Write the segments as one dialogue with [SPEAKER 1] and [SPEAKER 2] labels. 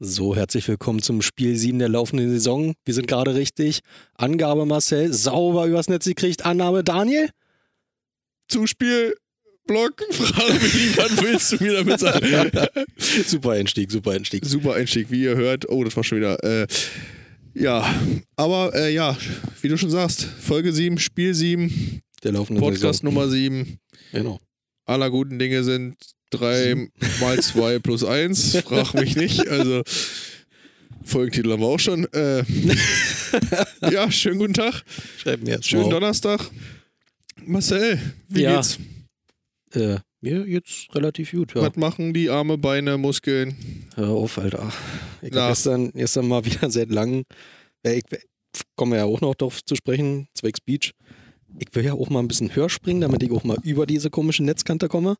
[SPEAKER 1] So, herzlich willkommen zum Spiel 7 der laufenden Saison. Wir sind gerade richtig. Angabe Marcel, sauber übers Netz gekriegt. Annahme Daniel.
[SPEAKER 2] Zuspielblock, Frage mit ihm, was willst du mir damit sagen?
[SPEAKER 1] Super Einstieg, super Einstieg.
[SPEAKER 2] Super Einstieg, wie ihr hört. Oh, das war schon wieder. Äh, ja, aber äh, ja, wie du schon sagst, Folge 7, Spiel 7,
[SPEAKER 1] Der laufenden
[SPEAKER 2] Podcast
[SPEAKER 1] Saison.
[SPEAKER 2] Nummer 7.
[SPEAKER 1] Genau.
[SPEAKER 2] Aller guten Dinge sind 3 mal 2 plus 1. Frag mich nicht. Also, Folgentitel haben wir auch schon. Äh, ja, schönen guten Tag.
[SPEAKER 1] Schreiben wir jetzt
[SPEAKER 2] Schönen
[SPEAKER 1] mal.
[SPEAKER 2] Donnerstag. Marcel, wie
[SPEAKER 1] Ja.
[SPEAKER 2] geht's?
[SPEAKER 1] Äh, mir jetzt relativ gut. Ja.
[SPEAKER 2] Was machen die Arme, Beine, Muskeln?
[SPEAKER 1] Hör auf, Alter. Ich
[SPEAKER 2] Na.
[SPEAKER 1] habe gestern, gestern mal wieder seit langem, äh, ich komme ja auch noch drauf zu sprechen, zwecks Beach. Ich will ja auch mal ein bisschen höher springen, damit ich auch mal über diese komische Netzkante komme.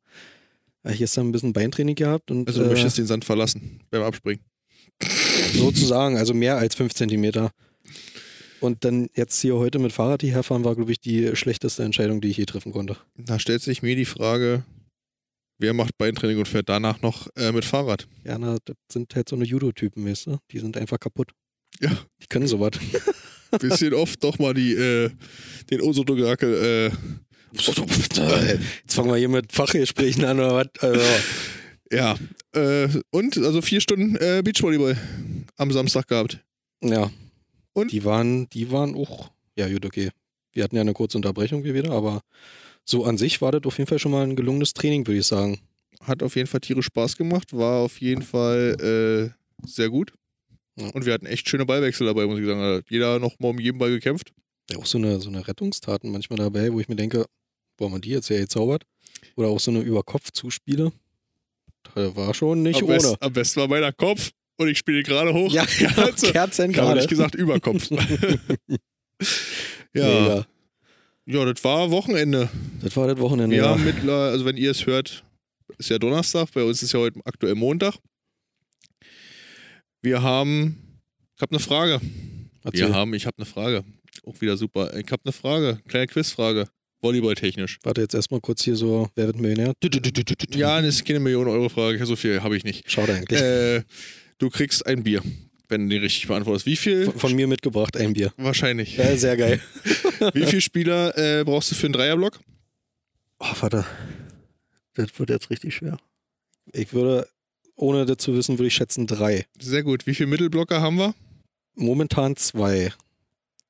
[SPEAKER 1] Habe ich gestern ein bisschen Beintraining gehabt und
[SPEAKER 2] Also, du
[SPEAKER 1] äh,
[SPEAKER 2] möchtest den Sand verlassen beim Abspringen.
[SPEAKER 1] sozusagen, also mehr als fünf Zentimeter. Und dann jetzt hier heute mit Fahrrad hierher fahren, war, glaube ich, die schlechteste Entscheidung, die ich je treffen konnte.
[SPEAKER 2] Da stellt sich mir die Frage, wer macht Beintraining und fährt danach noch äh, mit Fahrrad?
[SPEAKER 1] Ja, na, das sind halt so eine Judo-Typen, weißt du? Die sind einfach kaputt.
[SPEAKER 2] Ja.
[SPEAKER 1] Die können sowas.
[SPEAKER 2] Bisschen oft doch mal die, äh, den Osodogerakel.
[SPEAKER 1] Jetzt fangen wir hier mit Fachgesprächen an oder was? Also,
[SPEAKER 2] Äh, ja. Äh, und also vier Stunden äh, Beachvolleyball am Samstag gehabt.
[SPEAKER 1] ja.
[SPEAKER 2] Und?
[SPEAKER 1] Die waren, die waren auch, ja gut, okay. Wir hatten ja eine kurze Unterbrechung hier wieder, aber so an sich war das auf jeden Fall schon mal ein gelungenes Training, würde ich sagen.
[SPEAKER 2] Hat auf jeden Fall tierisch Spaß gemacht, war auf jeden Fall äh, sehr gut.
[SPEAKER 1] Ja.
[SPEAKER 2] Und wir hatten echt schöne Ballwechsel dabei, muss ich sagen. Da hat Jeder noch mal um jeden Ball gekämpft.
[SPEAKER 1] Ja, auch so eine, so eine Rettungstaten manchmal dabei, wo ich mir denke, boah, man die jetzt ja gezaubert. Oder auch so eine Überkopf-Zuspiele. Das war schon nicht
[SPEAKER 2] am,
[SPEAKER 1] ohne.
[SPEAKER 2] Besten, am besten war meiner Kopf und ich spiele gerade hoch. Also,
[SPEAKER 1] Ja, genau,
[SPEAKER 2] so.
[SPEAKER 1] Kerzen
[SPEAKER 2] Ich habe
[SPEAKER 1] gerade.
[SPEAKER 2] nicht gesagt Überkopf. ja.
[SPEAKER 1] Mega.
[SPEAKER 2] Ja, das war Wochenende.
[SPEAKER 1] Das war das Wochenende.
[SPEAKER 2] Wir
[SPEAKER 1] ja.
[SPEAKER 2] haben mittlerweile, also wenn ihr es hört, ist ja Donnerstag, bei uns ist ja heute aktuell Montag. Wir haben, ich habe eine Frage.
[SPEAKER 1] Erzähl.
[SPEAKER 2] Wir haben, ich habe eine Frage. Auch wieder super. Ich habe eine Frage, kleine Quizfrage, volleyballtechnisch.
[SPEAKER 1] Warte jetzt erstmal kurz hier so, wer wird Millionär?
[SPEAKER 2] Ja, das ist keine Millionen-Euro-Frage, so viel habe ich nicht.
[SPEAKER 1] Schade eigentlich.
[SPEAKER 2] Äh, du kriegst ein Bier, wenn du den richtig beantwortest. Wie viel?
[SPEAKER 1] Von, von mir mitgebracht, ein Bier.
[SPEAKER 2] Wahrscheinlich.
[SPEAKER 1] Ja, sehr geil.
[SPEAKER 2] Wie viele Spieler äh, brauchst du für einen Dreierblock?
[SPEAKER 1] Oh, warte. Das wird jetzt richtig schwer. Ich würde, ohne das zu wissen, würde ich schätzen drei.
[SPEAKER 2] Sehr gut. Wie viele Mittelblocker haben wir?
[SPEAKER 1] Momentan zwei.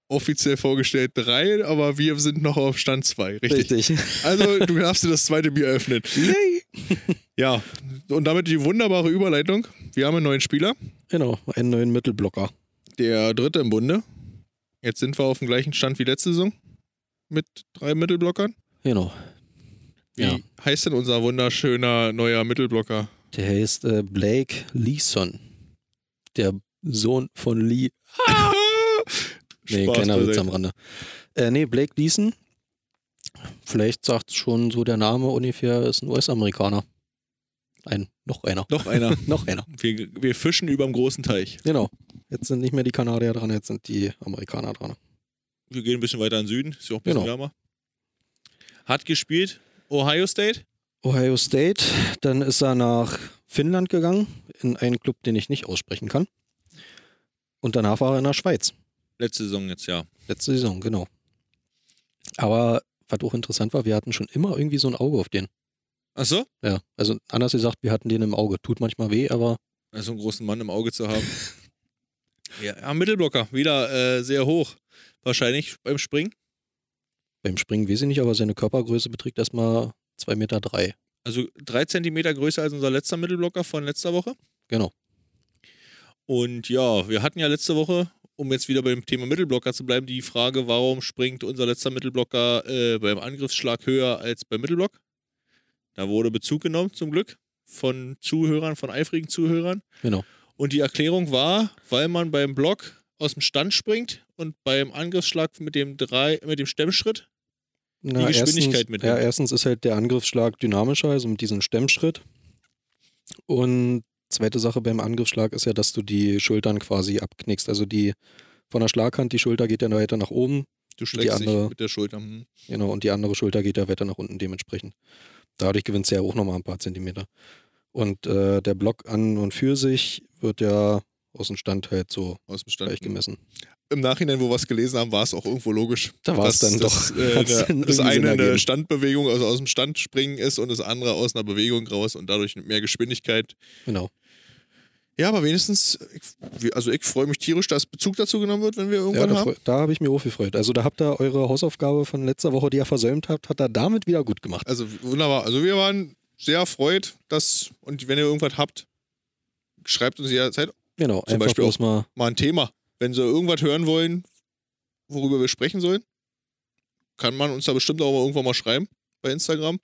[SPEAKER 2] offiziell vorgestellt drei, aber wir sind noch auf Stand zwei, richtig? Also du darfst dir das zweite Bier öffnen.
[SPEAKER 1] Yay.
[SPEAKER 2] Ja, und damit die wunderbare Überleitung. Wir haben einen neuen Spieler,
[SPEAKER 1] Genau, einen neuen Mittelblocker.
[SPEAKER 2] der dritte im Bunde. Jetzt sind wir auf dem gleichen Stand wie letzte Saison mit drei Mittelblockern.
[SPEAKER 1] Genau.
[SPEAKER 2] Wie
[SPEAKER 1] Ja.
[SPEAKER 2] heißt denn unser wunderschöner neuer Mittelblocker?
[SPEAKER 1] Der heißt äh, Blake Leeson. Der Sohn von Lee. Nee,
[SPEAKER 2] Spaß
[SPEAKER 1] kleiner Witz
[SPEAKER 2] beiseite.
[SPEAKER 1] am Rande. Äh, nee, Blake Leeson. Vielleicht sagt schon so der Name ungefähr, ist ein US-Amerikaner. Ein, noch einer.
[SPEAKER 2] Noch einer.
[SPEAKER 1] Noch einer.
[SPEAKER 2] Wir, wir fischen überm großen Teich.
[SPEAKER 1] Genau. Jetzt sind nicht mehr die Kanadier dran, jetzt sind die Amerikaner dran.
[SPEAKER 2] Wir gehen ein bisschen weiter in den Süden, ist ja auch ein bisschen
[SPEAKER 1] Genau.
[SPEAKER 2] wärmer. Hat gespielt Ohio State.
[SPEAKER 1] Ohio State, dann ist er nach Finnland gegangen, in einen Club, den ich nicht aussprechen kann. Und danach war er in der Schweiz.
[SPEAKER 2] Letzte Saison jetzt, ja.
[SPEAKER 1] Letzte Saison, genau. Aber was auch interessant war, wir hatten schon immer irgendwie so ein Auge auf den.
[SPEAKER 2] Ach so?
[SPEAKER 1] Ja, also anders gesagt, wir hatten den im Auge. Tut manchmal weh, aber
[SPEAKER 2] so Also einen großen Mann im Auge zu haben. ja, am Mittelblocker, wieder äh, sehr hoch. Wahrscheinlich beim Springen.
[SPEAKER 1] beim Springen weiß ich nicht, aber seine Körpergröße beträgt erstmal 2,3 Meter. Drei.
[SPEAKER 2] Also drei Zentimeter größer als unser letzter Mittelblocker von letzter Woche.
[SPEAKER 1] Genau.
[SPEAKER 2] Und ja, wir hatten ja letzte Woche, um jetzt wieder beim Thema Mittelblocker zu bleiben, die Frage, warum springt unser letzter Mittelblocker äh, beim Angriffsschlag höher als beim Mittelblock? Da wurde Bezug genommen, zum Glück, von Zuhörern, von eifrigen Zuhörern.
[SPEAKER 1] Genau.
[SPEAKER 2] Und die Erklärung war, weil man beim Block aus dem Stand springt und beim Angriffsschlag mit dem, drei, mit dem Stemmschritt,
[SPEAKER 1] Na,
[SPEAKER 2] Geschwindigkeit
[SPEAKER 1] erstens,
[SPEAKER 2] mitnimmt.
[SPEAKER 1] Ja, erstens ist halt der Angriffsschlag dynamischer, also mit diesem Stemmschritt. Und zweite Sache beim Angriffsschlag ist ja, dass du die Schultern quasi abknickst. Also die von der Schlaghand, die Schulter geht ja weiter nach oben,
[SPEAKER 2] du schlägst dich
[SPEAKER 1] andere-
[SPEAKER 2] mit der Schulter. Hm.
[SPEAKER 1] genau, und die andere Schulter geht ja weiter nach unten dementsprechend. Dadurch gewinnst du ja auch nochmal ein paar Zentimeter. Und äh, der Block an und für sich wird ja Außenstand halt so
[SPEAKER 2] aus dem Stand. hm,
[SPEAKER 1] gleich gemessen.
[SPEAKER 2] Im Nachhinein, wo wir es gelesen haben, war es auch irgendwo logisch.
[SPEAKER 1] Da war es
[SPEAKER 2] dass
[SPEAKER 1] dann
[SPEAKER 2] das,
[SPEAKER 1] doch.
[SPEAKER 2] Äh,
[SPEAKER 1] hat's dann
[SPEAKER 2] eine, das
[SPEAKER 1] irgendwie Sinn
[SPEAKER 2] eine eine
[SPEAKER 1] ergeben.
[SPEAKER 2] Standbewegung, also aus dem Stand springen ist und das andere aus einer Bewegung raus und dadurch mehr Geschwindigkeit.
[SPEAKER 1] Genau.
[SPEAKER 2] Ja, aber wenigstens, ich, also ich freue mich tierisch, dass Bezug dazu genommen wird, wenn wir
[SPEAKER 1] Ja,
[SPEAKER 2] irgendwann
[SPEAKER 1] da
[SPEAKER 2] haben.
[SPEAKER 1] freu- da habe ich mich auch gefreut. Also da habt ihr eure Hausaufgabe von letzter Woche, die ihr versäumt habt, hat er damit wieder gut gemacht.
[SPEAKER 2] Also wunderbar. Also wir waren sehr erfreut, dass, und wenn ihr irgendwas habt, schreibt uns jederzeit
[SPEAKER 1] Genau,
[SPEAKER 2] Zum
[SPEAKER 1] einfach
[SPEAKER 2] Beispiel
[SPEAKER 1] bloß mal
[SPEAKER 2] mal ein Thema. Wenn sie irgendwas hören wollen, worüber wir sprechen sollen, kann man uns da bestimmt auch mal irgendwann mal schreiben bei Instagram. Und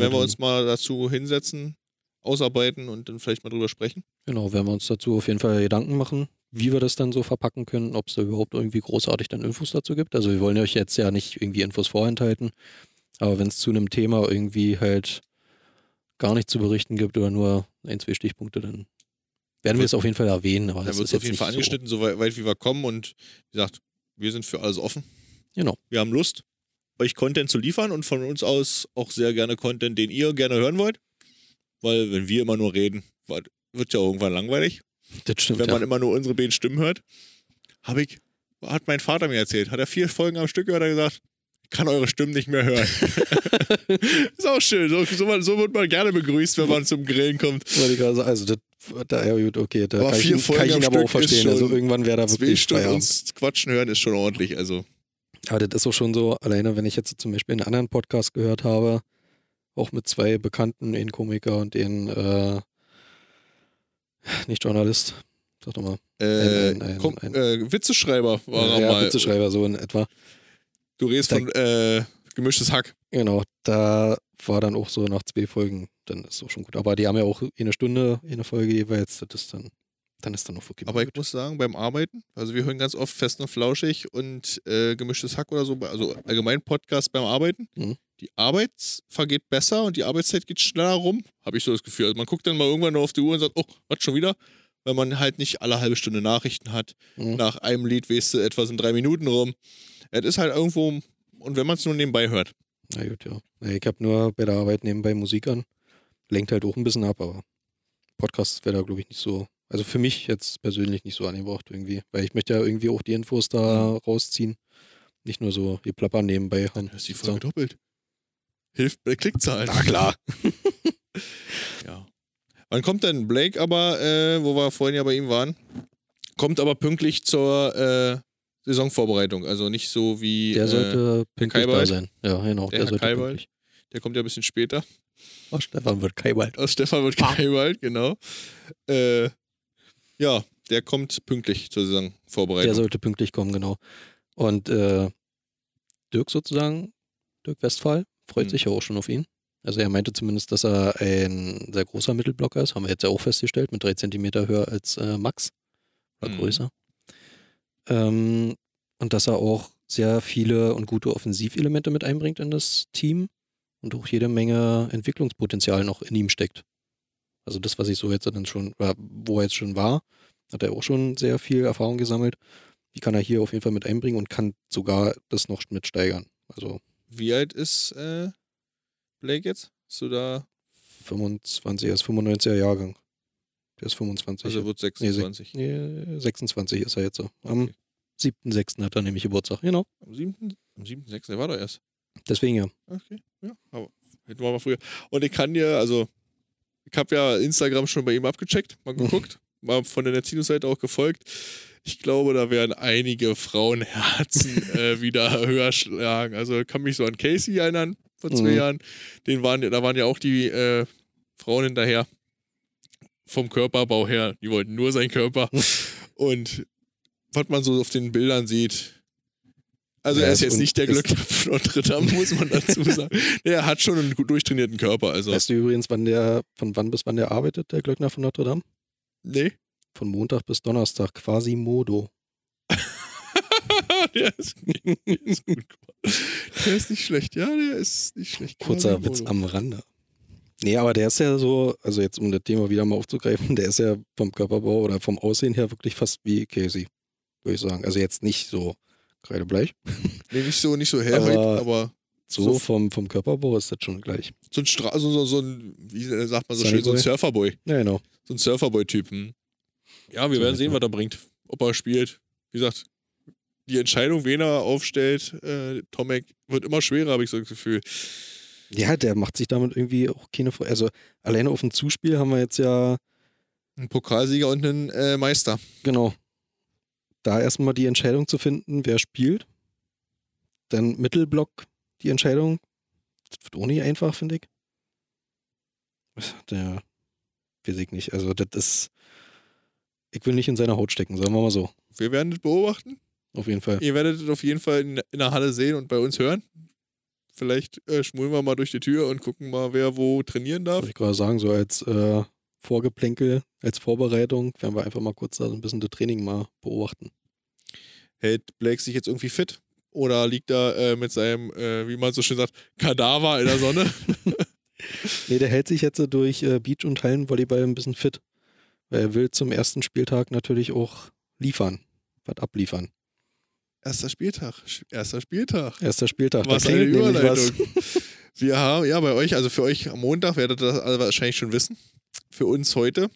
[SPEAKER 1] Genau,
[SPEAKER 2] werden wir
[SPEAKER 1] dann-
[SPEAKER 2] uns mal dazu hinsetzen, ausarbeiten und dann vielleicht mal drüber sprechen.
[SPEAKER 1] Genau, werden wir uns dazu auf jeden Fall Gedanken machen, wie wir das dann so verpacken können, ob es da überhaupt irgendwie großartig dann Infos dazu gibt. Also wir wollen euch jetzt ja nicht irgendwie Infos vorenthalten, aber wenn es zu einem Thema irgendwie halt gar nicht zu berichten gibt oder nur ein, zwei Stichpunkte, dann werden wir es auf jeden Fall erwähnen. Aber
[SPEAKER 2] dann
[SPEAKER 1] das
[SPEAKER 2] wird
[SPEAKER 1] ist
[SPEAKER 2] es auf
[SPEAKER 1] jetzt
[SPEAKER 2] jeden
[SPEAKER 1] nicht
[SPEAKER 2] Fall angeschnitten, so weit, weit wie wir kommen. Und wie gesagt, wir sind für alles offen.
[SPEAKER 1] Genau.
[SPEAKER 2] Wir haben Lust, euch Content zu liefern und von uns aus auch sehr gerne Content, den ihr gerne hören wollt. Weil wenn wir immer nur reden, wird ja irgendwann langweilig.
[SPEAKER 1] So. Das stimmt,
[SPEAKER 2] wenn
[SPEAKER 1] ja.
[SPEAKER 2] man immer nur unsere beiden Stimmen hört. Habe ich, hat mein Vater mir erzählt, hat er vier Folgen am Stück gehört, hat er gesagt, ich kann eure Stimmen nicht mehr hören. ist auch schön, so, so, so wird man gerne begrüßt, wenn man zum Grillen kommt.
[SPEAKER 1] Wollte ich gerade sagen, also das, da, ja gut, okay, da
[SPEAKER 2] Aber
[SPEAKER 1] kann ich,
[SPEAKER 2] vier
[SPEAKER 1] ihn- kann
[SPEAKER 2] Folgen
[SPEAKER 1] ich ihn
[SPEAKER 2] am
[SPEAKER 1] aber auch
[SPEAKER 2] Stück ist
[SPEAKER 1] verstehen. Also
[SPEAKER 2] schon
[SPEAKER 1] irgendwann wäre da
[SPEAKER 2] Zwei
[SPEAKER 1] wirklich
[SPEAKER 2] Stunden
[SPEAKER 1] Feierabend.
[SPEAKER 2] uns quatschen hören ist schon ordentlich, also.
[SPEAKER 1] Aber das ist auch schon so, alleine wenn ich jetzt zum Beispiel einen anderen Podcast gehört habe, auch mit zwei Bekannten, einen Komiker und den äh, nicht Journalist, sag doch mal,
[SPEAKER 2] Äh,
[SPEAKER 1] Ein- ein-
[SPEAKER 2] Kom-
[SPEAKER 1] ein-
[SPEAKER 2] äh, Witzeschreiber war er
[SPEAKER 1] ja,
[SPEAKER 2] mal.
[SPEAKER 1] Witzeschreiber so in etwa.
[SPEAKER 2] Du redest von äh, gemischtes Hack.
[SPEAKER 1] Genau, da war dann auch so nach zwei Folgen, dann ist auch schon gut. Aber die haben ja auch eine Stunde, eine Folge jeweils, das ist dann, dann ist dann auch wirklich
[SPEAKER 2] Aber ich
[SPEAKER 1] gut.
[SPEAKER 2] muss sagen, beim Arbeiten, also wir hören ganz oft fest und flauschig und äh, gemischtes Hack oder so, also allgemein Podcast beim Arbeiten.
[SPEAKER 1] Mhm.
[SPEAKER 2] Die Arbeit vergeht besser und die Arbeitszeit geht schneller rum, habe ich so das Gefühl. Also man guckt dann mal irgendwann nur auf die Uhr und sagt, oh, was schon wieder? Weil man halt nicht alle halbe Stunde Nachrichten hat.
[SPEAKER 1] Mhm.
[SPEAKER 2] Nach einem Lied weißt du etwas in drei Minuten rum. Es ist halt irgendwo, und wenn man es nur nebenbei hört.
[SPEAKER 1] Na gut, ja. Na, Ich habe nur bei der Arbeit nebenbei Musik an. Lenkt halt auch ein bisschen ab, aber Podcast wäre da, glaube ich, nicht so. Also für mich jetzt persönlich nicht so angebracht irgendwie, weil ich möchte ja irgendwie auch die Infos da rausziehen. Nicht nur so die Plapper nebenbei haben.
[SPEAKER 2] Mhm. Dann ist die Folge doppelt. Hilft bei Klickzahlen.
[SPEAKER 1] Na klar.
[SPEAKER 2] ja. Wann kommt denn Blake aber, äh, wo wir vorhin ja bei ihm waren, kommt aber pünktlich zur äh, Saisonvorbereitung. Also nicht so wie.
[SPEAKER 1] Der sollte pünktlich
[SPEAKER 2] Kai
[SPEAKER 1] da
[SPEAKER 2] Wald?
[SPEAKER 1] sein. Ja, genau. Der,
[SPEAKER 2] Der Herr
[SPEAKER 1] sollte
[SPEAKER 2] Kai
[SPEAKER 1] pünktlich.
[SPEAKER 2] äh, der kommt ja ein bisschen später.
[SPEAKER 1] Oh, Stefan wird Kai Wald.
[SPEAKER 2] Aus Stefan wird
[SPEAKER 1] Ah.
[SPEAKER 2] Keimwald, genau. Äh, ja, der kommt pünktlich zur
[SPEAKER 1] Der
[SPEAKER 2] Saisonvorbereitung.
[SPEAKER 1] sollte pünktlich kommen, genau. Und äh, Dirk sozusagen, Dirk Westphal, freut
[SPEAKER 2] Mhm.
[SPEAKER 1] sich ja auch schon auf ihn. Also er meinte zumindest, dass er ein sehr großer Mittelblocker ist, haben wir jetzt ja auch festgestellt, mit drei Zentimeter höher als äh, Max, war
[SPEAKER 2] Mhm.
[SPEAKER 1] größer. Ähm, und dass er auch sehr viele und gute Offensivelemente mit einbringt in das Team und auch jede Menge Entwicklungspotenzial noch in ihm steckt. Also das, was ich so jetzt dann schon, oder wo er jetzt schon war, hat er auch schon sehr viel Erfahrung gesammelt. Die kann er hier auf jeden Fall mit einbringen und kann sogar das noch mit steigern. Also
[SPEAKER 2] Wie alt ist äh, Blake jetzt? Hast du da?
[SPEAKER 1] 25, er ist 95er Jahrgang. Der ist 25.
[SPEAKER 2] Also wird 26.
[SPEAKER 1] nee, 26 ist er jetzt so. Am
[SPEAKER 2] Okay.
[SPEAKER 1] 7.6. hat er nämlich Geburtstag. Genau.
[SPEAKER 2] Am 7. Am 7.6. Der war doch erst.
[SPEAKER 1] Deswegen ja.
[SPEAKER 2] Okay, ja, aber hätten wir mal früher. Und ich kann dir, also, ich habe ja Instagram schon bei ihm abgecheckt, mal
[SPEAKER 1] Mhm.
[SPEAKER 2] geguckt, mal von der Netzino-Seite auch gefolgt. Ich glaube, da werden einige Frauenherzen äh, wieder höher schlagen. Also, ich kann mich so an Casey erinnern vor zwei
[SPEAKER 1] Mhm.
[SPEAKER 2] Jahren. Den waren, ja- da waren ja auch die äh, Frauen hinterher. Vom Körperbau her. Die wollten nur seinen Körper. Und was man so auf den Bildern sieht. Also
[SPEAKER 1] Ja,
[SPEAKER 2] er ist
[SPEAKER 1] ist
[SPEAKER 2] jetzt
[SPEAKER 1] un-
[SPEAKER 2] nicht der
[SPEAKER 1] ist-
[SPEAKER 2] Glück von Notre Dame, muss man dazu sagen. Er hat schon einen gut durchtrainierten Körper, also.
[SPEAKER 1] Weißt du übrigens, wann der, von wann bis wann der arbeitet, der Glöckner von Notre Dame?
[SPEAKER 2] nee.
[SPEAKER 1] Von Montag bis Donnerstag, quasi Modo.
[SPEAKER 2] der, ist, der ist gut. Der ist nicht schlecht, ja, der ist nicht schlecht.
[SPEAKER 1] Kurzer
[SPEAKER 2] Quasi
[SPEAKER 1] Witz
[SPEAKER 2] Mono.
[SPEAKER 1] am Rande. Nee, aber der ist ja so, also jetzt um das Thema wieder mal aufzugreifen, der ist ja vom Körperbau oder vom Aussehen her wirklich fast wie Casey, würde ich sagen. Also jetzt nicht so kreidebleich.
[SPEAKER 2] Nee, nicht so, nicht so herrlich,
[SPEAKER 1] Aber-
[SPEAKER 2] aber
[SPEAKER 1] So,
[SPEAKER 2] So-
[SPEAKER 1] vom, vom Körperbau ist das schon gleich.
[SPEAKER 2] so ein Stra so, so, so ein, wie sagt man so
[SPEAKER 1] Sunny
[SPEAKER 2] schön, so ein
[SPEAKER 1] Boy.
[SPEAKER 2] Surferboy.
[SPEAKER 1] Ja, genau.
[SPEAKER 2] So ein Surferboy-Typen. Ja, wir
[SPEAKER 1] So
[SPEAKER 2] werden
[SPEAKER 1] wird
[SPEAKER 2] sehen,
[SPEAKER 1] man.
[SPEAKER 2] was er bringt. Ob er spielt. Wie gesagt, die Entscheidung, wen er aufstellt, äh, Tomek, wird immer schwerer, habe ich so das Gefühl.
[SPEAKER 1] Ja, der macht sich damit irgendwie auch keine Freude. Also alleine auf dem Zuspiel haben wir jetzt ja,
[SPEAKER 2] Ein Pokalsieger und ein äh, Meister.
[SPEAKER 1] genau, da erstmal die Entscheidung zu finden, wer spielt. Dann Mittelblock die Entscheidung. Das wird auch nicht einfach, finde ich. Der, weiß ich nicht. Also das ist, ich will nicht in seiner Haut stecken, sagen wir mal so.
[SPEAKER 2] Wir werden das beobachten.
[SPEAKER 1] Auf jeden Fall.
[SPEAKER 2] Ihr werdet es auf jeden Fall in, in der Halle sehen und bei uns hören. Vielleicht äh, schmulen wir mal durch die Tür und gucken mal, wer wo trainieren darf.
[SPEAKER 1] Wollte ich gerade sagen, so als äh, Vorgeplänkel, als Vorbereitung, werden wir einfach mal kurz da so ein bisschen das Training mal beobachten.
[SPEAKER 2] Hält Blake sich jetzt irgendwie fit? Oder liegt er äh, mit seinem, äh, wie man so schön sagt, Kadaver in der Sonne?
[SPEAKER 1] Nee, der hält sich jetzt so durch äh, Beach- und Hallenvolleyball ein bisschen fit. Weil er will zum ersten Spieltag natürlich auch liefern, was abliefern.
[SPEAKER 2] Erster Spieltag. Sch- Erster Spieltag.
[SPEAKER 1] Erster Spieltag,
[SPEAKER 2] Was eine
[SPEAKER 1] nämlich
[SPEAKER 2] Überleitung. Wir haben, ja, bei euch, also für euch am Montag werdet ihr das alle wahrscheinlich schon wissen. Für uns heute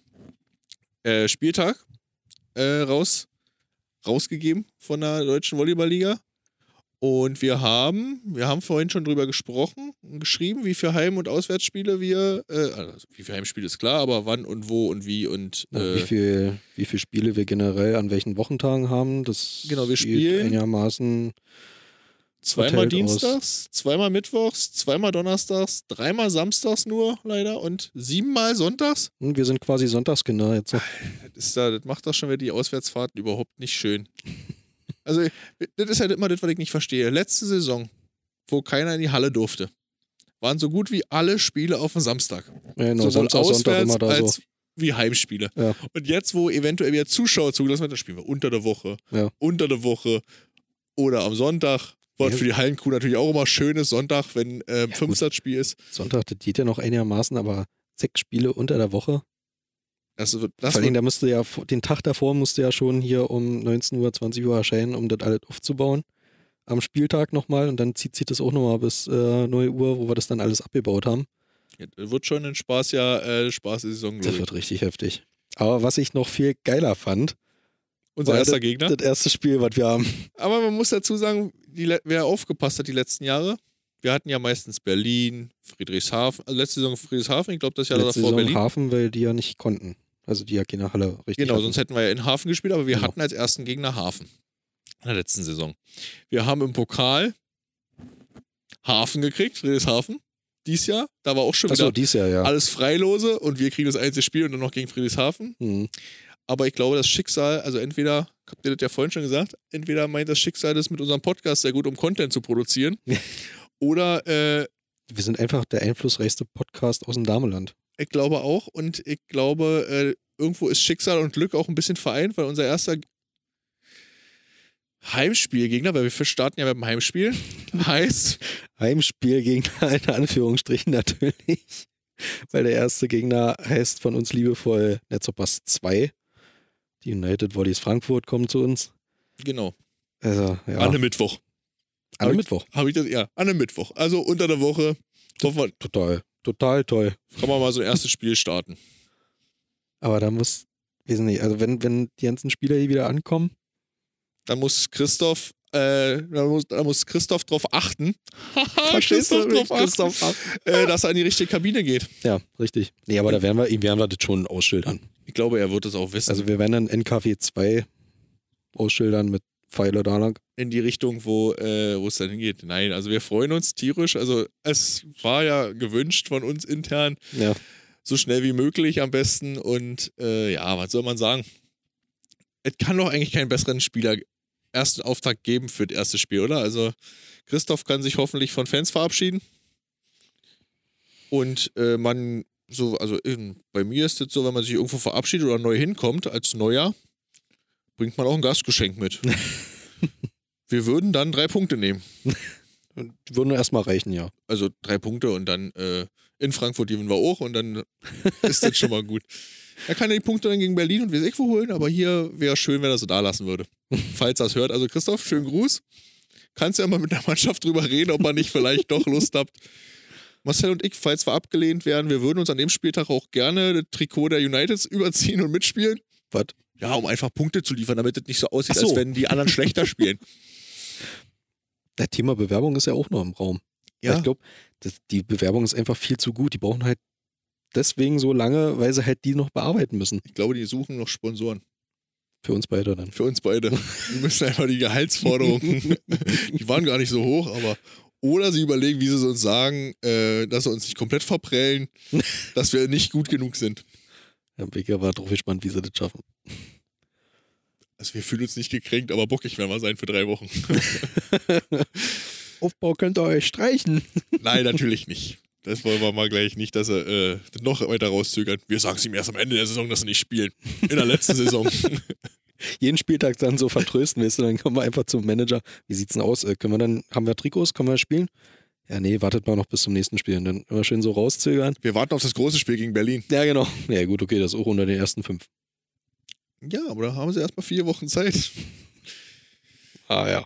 [SPEAKER 2] äh, Spieltag äh, raus, rausgegeben von der Deutschen Volleyballliga. Und wir haben, wir haben vorhin schon drüber gesprochen und geschrieben, wie viele Heim- und Auswärtsspiele wir, äh, also wie viele Heimspiele ist klar, aber wann und wo und wie und
[SPEAKER 1] Na,
[SPEAKER 2] äh,
[SPEAKER 1] wie, viel, wie viele Spiele wir generell an welchen Wochentagen haben, das
[SPEAKER 2] Genau, wir
[SPEAKER 1] sieht
[SPEAKER 2] spielen-
[SPEAKER 1] einigermaßen
[SPEAKER 2] Zweimal
[SPEAKER 1] verteilt aus.
[SPEAKER 2] dienstags, zweimal mittwochs, zweimal donnerstags, dreimal samstags nur leider und siebenmal sonntags.
[SPEAKER 1] Hm, Wir sind quasi Sonntagskinder jetzt.
[SPEAKER 2] Ah,
[SPEAKER 1] noch.
[SPEAKER 2] Das, ist da, das macht doch schon wieder die Auswärtsfahrten überhaupt nicht schön. Also, das ist halt immer das, was ich nicht verstehe. Letzte Saison, wo keiner in die Halle durfte, waren so gut wie alle Spiele auf dem Samstag.
[SPEAKER 1] Ja, genau,
[SPEAKER 2] Sowohl
[SPEAKER 1] Samstag, Sonntag
[SPEAKER 2] auswärts
[SPEAKER 1] immer da
[SPEAKER 2] als
[SPEAKER 1] so.
[SPEAKER 2] wie Heimspiele.
[SPEAKER 1] Ja.
[SPEAKER 2] Und jetzt, wo eventuell wieder Zuschauer zugelassen werden, dann spielen wir unter der Woche,
[SPEAKER 1] Ja.
[SPEAKER 2] unter der Woche oder am Sonntag. Was
[SPEAKER 1] Ja.
[SPEAKER 2] für die Hallenkuh natürlich auch immer schön ist, Sonntag, wenn äh,
[SPEAKER 1] gut.
[SPEAKER 2] Fünfsatzspiel ist.
[SPEAKER 1] Sonntag, das geht ja noch einigermaßen, aber sechs Spiele unter der Woche.
[SPEAKER 2] Das, wird- das
[SPEAKER 1] Vor allem,
[SPEAKER 2] wird,
[SPEAKER 1] da müsste ja, vor- den Tag davor musste ja schon hier um 19 Uhr, 20 Uhr erscheinen, um das alles aufzubauen. Am Spieltag nochmal und dann zieht sich das auch nochmal bis äh, 9 Uhr, wo wir das dann alles abgebaut haben.
[SPEAKER 2] wird schon ein Spaß, ja, äh, Spaß der Saison.
[SPEAKER 1] Das
[SPEAKER 2] Glaube ich.
[SPEAKER 1] wird richtig heftig. Aber was ich noch viel geiler fand,
[SPEAKER 2] Unser
[SPEAKER 1] war
[SPEAKER 2] erster Gegner.
[SPEAKER 1] das erste Spiel, was wir haben.
[SPEAKER 2] Aber man muss dazu sagen, die, le- wer aufgepasst hat die letzten Jahre, wir hatten ja meistens Berlin, Friedrichshafen, also letzte Saison Friedrichshafen, ich glaube, das Jahr
[SPEAKER 1] Letzte
[SPEAKER 2] davor
[SPEAKER 1] Saison
[SPEAKER 2] Berlin.
[SPEAKER 1] Hafen, weil die ja nicht konnten. Also die ja keine Halle richtig
[SPEAKER 2] Genau,
[SPEAKER 1] hatten.
[SPEAKER 2] sonst hätten wir ja in Hafen gespielt, aber wir
[SPEAKER 1] Genau.
[SPEAKER 2] hatten als ersten Gegner Hafen in der letzten Saison. Wir haben im Pokal Hafen gekriegt, Friedrichshafen, dies Jahr. Da war auch schon
[SPEAKER 1] Achso,
[SPEAKER 2] wieder
[SPEAKER 1] dies Jahr, ja.
[SPEAKER 2] alles Freilose und wir kriegen das einzige Spiel und dann noch gegen Friedrichshafen.
[SPEAKER 1] Hm.
[SPEAKER 2] Aber ich glaube, das Schicksal, also entweder, habt ihr das ja vorhin schon gesagt, entweder meint das Schicksal das mit unserem Podcast sehr gut, um Content zu produzieren. oder äh,
[SPEAKER 1] Wir sind einfach der einflussreichste Podcast aus dem Dameland.
[SPEAKER 2] Ich glaube auch. Und ich glaube, äh, irgendwo ist Schicksal und Glück auch ein bisschen vereint, weil unser erster Heimspielgegner, weil wir für starten ja mit dem Heimspiel, heißt,
[SPEAKER 1] Heimspiel gegen in Anführungsstrichen natürlich. Weil der erste Gegner heißt von uns liebevoll Netzhoppers 2. Die United Volleys Frankfurt kommen zu uns.
[SPEAKER 2] genau,
[SPEAKER 1] Also, ja.
[SPEAKER 2] an einem Mittwoch.
[SPEAKER 1] Alle Mittwoch.
[SPEAKER 2] Habe ich das, ja, an einem Mittwoch. Also unter der Woche. Hoffen wir,
[SPEAKER 1] Total, total toll.
[SPEAKER 2] kann man mal so ein erstes Spiel starten.
[SPEAKER 1] Aber da muss, weiß nicht, also wenn, wenn die ganzen Spieler hier wieder ankommen,
[SPEAKER 2] Dann muss Christoph, äh, dann muss, dann muss Christoph drauf achten. Haha,
[SPEAKER 1] verstehst du,
[SPEAKER 2] Christoph drauf achten,
[SPEAKER 1] Christoph ab.
[SPEAKER 2] äh, dass er in die richtige Kabine geht.
[SPEAKER 1] Ja, richtig. Nee, aber da werden wir, ihm werden wir das schon ausschildern.
[SPEAKER 2] Ich glaube, er wird es auch wissen.
[SPEAKER 1] Also wir werden dann NKW 2 ausschildern mit Pfeile da lang.
[SPEAKER 2] in die Richtung, wo äh, wo es dann hingeht. Nein, also wir freuen uns tierisch. Also es war ja gewünscht von uns intern,
[SPEAKER 1] Ja.
[SPEAKER 2] so schnell wie möglich am besten. Und äh, ja, was soll man sagen? Es kann doch eigentlich keinen besseren Spieler ersten Auftakt geben für das erste Spiel, oder? Also Christoph kann sich hoffentlich von Fans verabschieden. Und äh, man so, also in, bei mir ist es so, wenn man sich irgendwo verabschiedet oder neu hinkommt als Neuer, bringt man auch ein Gastgeschenk mit. Wir würden dann drei Punkte nehmen.
[SPEAKER 1] Und die würden erstmal reichen, ja.
[SPEAKER 2] Also drei Punkte und dann äh, in Frankfurt gewinnen wir auch und dann ist das schon mal gut. Er kann ja die Punkte dann gegen Berlin und Weseckwo holen, aber hier wäre schön, wenn er so da lassen würde. Falls er es hört. Also Christoph, schönen Gruß. Kannst ja mal mit der Mannschaft drüber reden, ob man nicht vielleicht doch Lust habt. Marcel und ich, falls wir abgelehnt werden, wir würden uns an dem Spieltag auch gerne das Trikot der Uniteds überziehen und mitspielen.
[SPEAKER 1] Was?
[SPEAKER 2] Ja, um einfach Punkte zu liefern, damit es nicht so aussieht,
[SPEAKER 1] Ach so.
[SPEAKER 2] als wenn die anderen schlechter spielen.
[SPEAKER 1] Das Thema Bewerbung ist ja auch noch im Raum. Weil Ich glaube, die Bewerbung ist einfach viel zu gut. Die brauchen halt deswegen so lange, weil sie halt die noch bearbeiten müssen.
[SPEAKER 2] Ich glaube, die suchen noch Sponsoren.
[SPEAKER 1] Für uns beide dann.
[SPEAKER 2] Für uns beide. Wir müssen einfach die Gehaltsforderungen, die waren gar nicht so hoch, aber. Oder sie überlegen, wie sie es uns sagen, äh, dass sie uns nicht komplett verprellen, dass wir nicht gut genug sind.
[SPEAKER 1] Ja, Bigger war drauf gespannt, wie sie das schaffen.
[SPEAKER 2] Also wir fühlen uns nicht gekränkt, aber bockig werden wir sein für drei Wochen.
[SPEAKER 1] Aufbau könnt ihr euch streichen.
[SPEAKER 2] Nein, natürlich nicht. Das wollen wir mal gleich nicht, dass er äh, noch weiter rauszögert. Wir sagen es ihm erst am Ende der Saison, dass sie nicht spielen. In der letzten Saison.
[SPEAKER 1] Jeden Spieltag dann so vertrösten willst du, dann kommen wir einfach zum Manager. Wie sieht's denn aus? Äh, Können wir dann, haben wir Trikots? Können wir spielen? Ja, nee, wartet mal noch bis zum nächsten Spiel und dann immer schön so rauszögern.
[SPEAKER 2] Wir warten auf das große Spiel gegen Berlin.
[SPEAKER 1] Ja, genau. Ja, gut, okay, das ist auch unter den ersten fünf.
[SPEAKER 2] Ja, aber da haben sie erstmal vier Wochen Zeit.
[SPEAKER 1] Ah, ja.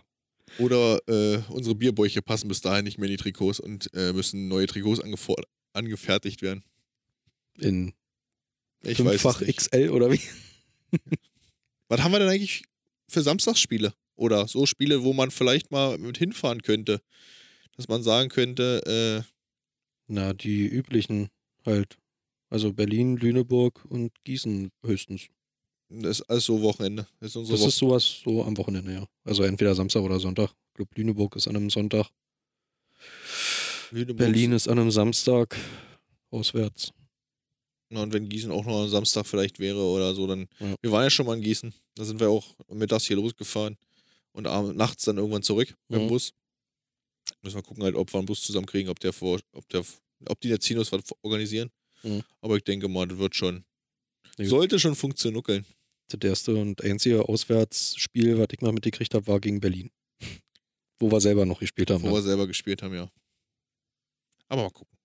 [SPEAKER 2] Oder äh, unsere Bierbäuche passen bis dahin nicht mehr in die Trikots und äh, müssen neue Trikots angefor- angefertigt werden.
[SPEAKER 1] In
[SPEAKER 2] Ich weiß.
[SPEAKER 1] fünffach
[SPEAKER 2] es nicht.
[SPEAKER 1] XL oder wie?
[SPEAKER 2] Was haben wir denn eigentlich für Samstagsspiele? Oder so Spiele, wo man vielleicht mal mit hinfahren könnte. Dass man sagen könnte, äh,
[SPEAKER 1] Na, die üblichen halt. Also Berlin, Lüneburg und Gießen höchstens.
[SPEAKER 2] äh, das ist alles so Wochenende. Das ist unsere
[SPEAKER 1] das ist sowas so am Wochenende, ja. Also entweder Samstag oder Sonntag. Ich glaube, Lüneburg ist an einem Sonntag.
[SPEAKER 2] Lüneburg.
[SPEAKER 1] Berlin ist an einem Samstag auswärts.
[SPEAKER 2] Na, und wenn Gießen auch noch am Samstag vielleicht wäre oder so, dann.
[SPEAKER 1] Ja.
[SPEAKER 2] Wir waren ja schon mal in Gießen. Da sind wir auch mittags hier losgefahren und abends, nachts dann irgendwann zurück mit
[SPEAKER 1] Mhm.
[SPEAKER 2] dem Bus. Müssen wir gucken, halt, ob wir einen Bus zusammenkriegen, ob der vor, ob der, ob die der Zinos was organisieren.
[SPEAKER 1] Mhm.
[SPEAKER 2] Aber ich denke mal, das wird schon.
[SPEAKER 1] Ja.
[SPEAKER 2] Sollte schon funktionieren.
[SPEAKER 1] Das erste und einzige Auswärtsspiel, was ich mal mitgekriegt habe, war gegen Berlin. Wo wir selber noch gespielt haben.
[SPEAKER 2] Wo
[SPEAKER 1] Ne?
[SPEAKER 2] wir selber gespielt haben, ja. Aber mal gucken.